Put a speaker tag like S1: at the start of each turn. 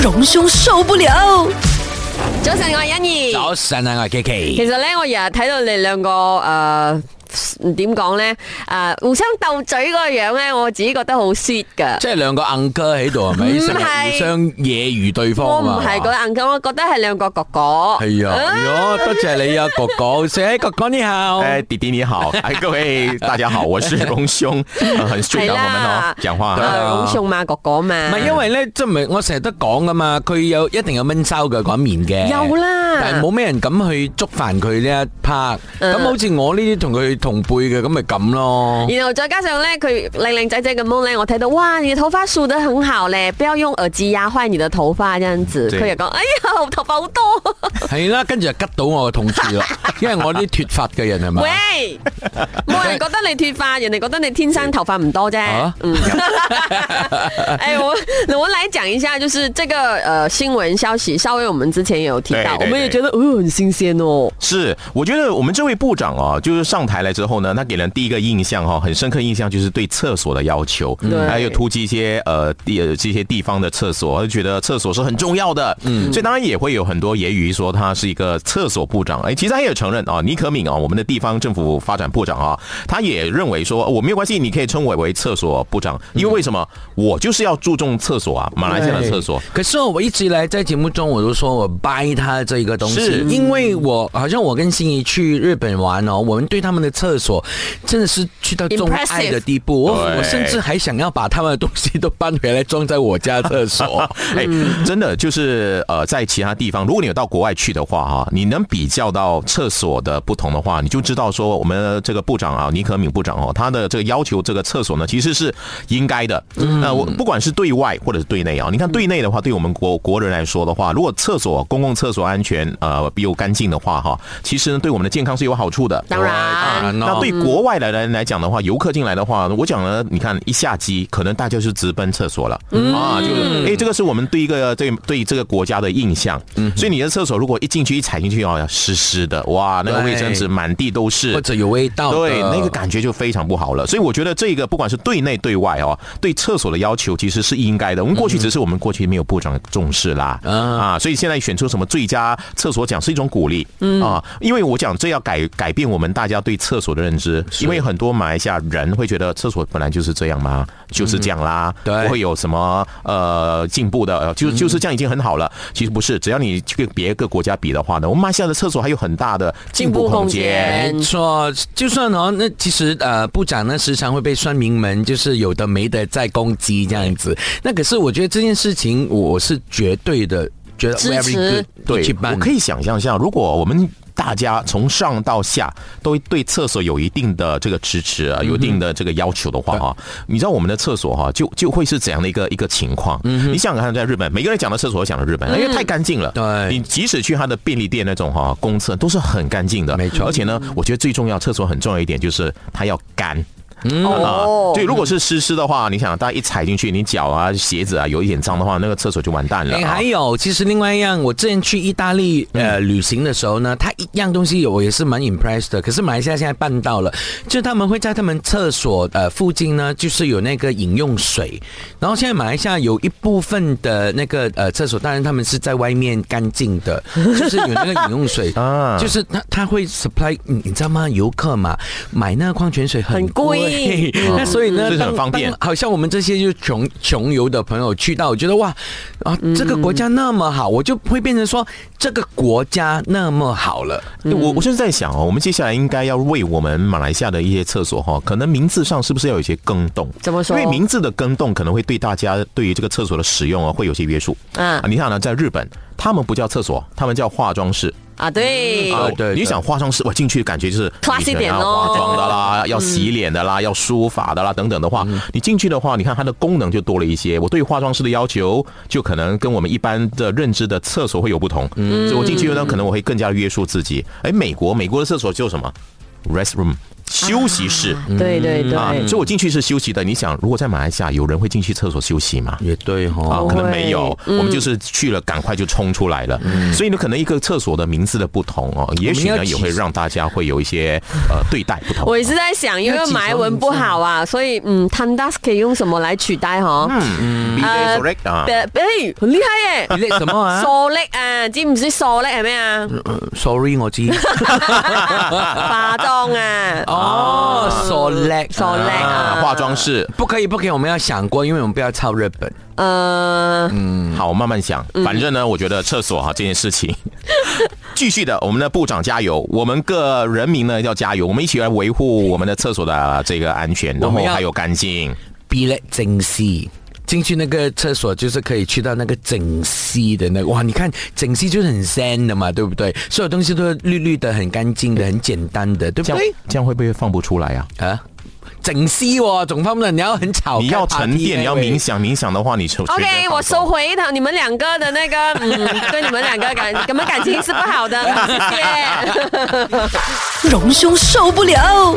S1: 榮兄受不了。
S2: 早晨，我係欣怡。
S3: 早晨啊，我係 K K。
S2: 其實咧，我日日睇到你兩個诶。呃點講咧？誒、互相鬥嘴嗰個樣咧，我自己覺得好 sweet 㗎。
S3: 即係兩個 uncle 喺度係咪？
S2: 唔係
S3: 成日互相揶揄對方
S2: 我
S3: 啊
S2: 唔
S3: 嘛。
S2: 係嗰個硬我覺得係兩個哥哥。
S3: 係啊，哎呦，多謝你啊， 哥哥。谁？哥哥你好。
S4: 哎，弟弟你好，哎，各位大家好，我是荣兄，呃很顺的我们哦，讲话
S3: 对
S2: 啊，
S3: 啊
S2: 榮兄嘛，哥哥嘛。
S3: 唔係因為咧，即係唔係我成日都講噶嘛，佢有一定有闷骚嘅嗰一面嘅。
S2: 有啦
S3: 但係冇咩人敢去觸犯佢呢一 part。
S2: 嗯
S3: 咁好似我呢啲同佢同輩嘅，咁咪 咁咯。
S2: 然後再加上咧，佢靚靚仔仔咁樣咧，我睇到哇，你嘅頭髮梳得很好咧，不要用耳機壓壞你的頭髮，這樣子。
S4: 對
S2: 佢又講：哎呀，我頭髮好多。
S3: 係啦，跟住就吉到我嘅痛 處啦，因為我啲脱髮嘅人係咪？
S2: 喂，冇人覺得你脱髮，人哋覺得你天生頭髮唔多啫
S3: 啊。
S2: 嗯， 哎，我我来讲一下，就是这个呃新闻消息，稍微我们之前也有提到，我
S4: 对对对
S2: 们也觉得哦很新鲜哦。
S4: 是，我觉得我们这位部长哦，就是上台来之后呢，他给人第一个印象哈、哦，很深刻印象就是对厕所的要求，
S2: 对
S4: 还有突击一些呃地呃这些地方的厕所，他就觉得厕所是很重要的，嗯，所以当然也会有很多揶揄说他是一个厕所部长，哎，其实他也承认啊、尼可敏啊、我们的地方政府发展部长啊、他也认为说、哦我没有关系，你可以称我为厕所部长，因为为什么、我就是要注重厕所啊，马来西亚的厕所，
S3: 可是哦我一直以来在节目中我都说我掰他这个东西
S4: 是，
S3: 因为我好像我跟心仪去日本玩哦，我们对他们的厕所真的是去到钟爱的地步，我
S4: Impressive
S3: 我甚至还想要把他们的东西都搬回来装在我家厕 所。
S4: 哎，
S2: 嗯
S4: 真的就是呃，在其他地方，如果你有到国外去的话哈、你能比较到厕所的不同的话，你就知道说我们这个部长啊，尼可敏部长哦，他的这个要求这个厕所呢，其实是应该的。
S2: 嗯
S4: 呃，我不管是对外或者是对内啊，你看对内的话，对我们国国人来说的话，如果厕所公共厕所安全呃又干净的话哈、其实呢对我们的健康是有好处的。
S2: 当然，
S3: 嗯
S4: 那对国外的人来讲的话，游客进来的话，我讲了，你看一下机，可能大家就直奔厕所了、
S3: 嗯
S4: 啊，就是哎，这个是我们对一个对对这个国家的印象。
S3: 嗯
S4: 所以你的厕所如果一进去一踩进去哦，湿湿的，哇，那个
S3: 对
S4: 卫生纸满地都是
S3: 或。者有味道的，
S4: 对，那个感觉就非常不好了，所以我觉得这个不管是对内对外哦，对厕所的要求其实是应该的。我们过去只是我们过去没有部长重视啦，
S3: 啊
S4: 啊，所以现在选出什么最佳厕所奖是一种鼓励，嗯啊，因为我讲这要改改变我们大家对厕所的认知，因为很多马来西亚人会觉得厕所本来就是这样嘛，就是这样啦，
S3: 对
S4: 不会有什么呃进步的，呃就就是这样已经很好了。其实不是，只要你去跟别个国家比的话呢，我们马来西亚的厕所还有很大的进步空间。
S2: 嗯
S3: 没错，就算哦，那其实呃，部长呢时常会被酸民们就是有的没的在攻击这样子。那可是我觉得这件事情，我是绝对的觉得
S2: 支
S3: very
S2: 持
S3: good，一起
S4: 对，
S3: 办
S4: 我可以想象一下，如果我们大家从上到下都对厕所有一定的这个支持啊，有一定的这个要求的
S3: 嗯
S4: 话啊，你知道我们的厕所哈、就就会是怎样的一个一个情况？
S3: 嗯
S4: 你想想看，在日本，每个人讲到厕所都想到日本，哎因为太干净了。
S3: 嗯对
S4: 你即使去他的便利店那种哈、公厕都是很干净的，
S3: 没错
S4: 而且呢，我觉得最重要，厕所很重要一点就是它要干。啊
S2: 哦，
S3: 嗯
S4: 对，如果是湿湿的话，你想，大家一踩进去，你脚啊、鞋子啊有一点脏的话，那个厕所就完蛋了、
S3: 哎，
S4: 啊嗯
S3: 还。有，其实另外一样，我之前去意大利呃旅行的时候呢，它一样东西我也是蛮 impressed 的。可是马来西亚现在办到了，就他们会在他们厕所呃附近呢，就是有那个饮用水。然后现在马来西亚有一部分的那个呃厕所，当然他们是在外面干净 的，就是有那个饮用水
S4: 啊
S3: 就是他他会 supply，你你知道吗？游客嘛，买那个矿泉水很
S2: 很 贵
S3: 贵，那所以呢，
S4: 这是很
S3: 当
S4: 方便
S3: 当好像我们这些就是穷穷游的朋友去到，我觉得哇啊，这个国家那么好，我就会变成说这个国家那么好了。
S2: 嗯
S4: 欸我我甚至在想哦，我们接下来应该要为我们马来西亚的一些厕所哈、可能名字上是不是要有一些更动？
S2: 怎么说
S4: 因为名字的更动可能会对大家对于这个厕所的使用啊，会有些约束。
S2: 嗯
S4: 啊，你看呢，在日本，他们不叫厕所，他们叫化妆室。
S2: 啊，对，
S4: 啊
S3: 对对
S4: 你想化妆师，我进去感觉就是
S2: Classy
S4: 你可能
S2: 点
S4: 要
S2: 咯嗯
S4: 化妆的啦，要洗脸的啦，要梳发的啦，等等的话，你进去的话，你看它的功能就多了一些。我对化妆师的要求就可能跟我们一般的认知的厕所会有不同，
S2: 嗯
S4: 所以我进去呢，可能我会更加约束自己。哎，美国美国的厕所就什么 restroom。休息室。
S2: 对对对，
S4: 啊，所以我进去是休息的。你想，如果在马来西亚，有人会进去厕所休息吗？
S3: 也对哈、
S4: 啊，
S2: 不
S4: 可能
S2: 会
S4: 没有，我们就是去了，赶快就冲出来了。所以呢，可能一个厕所的名字的不同哦，也许
S3: 我们要
S4: 呢也会让大家会有一些呃对待不同。
S2: 我也是在想，因为埋文不好啊，所以嗯，tandas 可以用什么来取代哈？
S4: 嗯，
S2: 呃
S4: correct 啊，
S2: 哎、很厉害耶！
S3: 你什么啊
S2: 索力啊，知唔知索力系咩啊？
S3: ？Sorry，我知。
S2: 化妆啊，
S3: 哦，所叻，
S2: 索力
S4: 啊
S2: 啊，
S4: 化妆室。
S3: 不可以，不可以，我们要想过，因为我们不要抄日本。
S2: 呃，
S4: 好，我慢慢想。反正呢，我觉得厕所哈、这件事情， 继续的，我们的部长加油，我们各人民呢要加油，我们一起来维护我们的厕所的这个安全，然
S3: 我
S4: 后
S3: 们要
S4: 还有干净。
S3: 比勒整西。进去那个厕所就是可以去到那个整西的那个哇，你看整西就是很 zen 的嘛，对不对？所有东西都是绿绿的、很干净的、很简单的，对不
S4: 这样
S3: 对？
S4: 这样会不会放不出来啊？
S3: 啊，整西哦，总方面你要很吵，
S4: 你要
S3: 开 party
S4: 沉淀，你要
S3: 那位
S4: 冥想，冥想的话，你就
S2: OK，我收。回一头，你们两个的那个，嗯，对你们两个感，你们感情是不好的，谢谢。
S1: 荣兄受不了。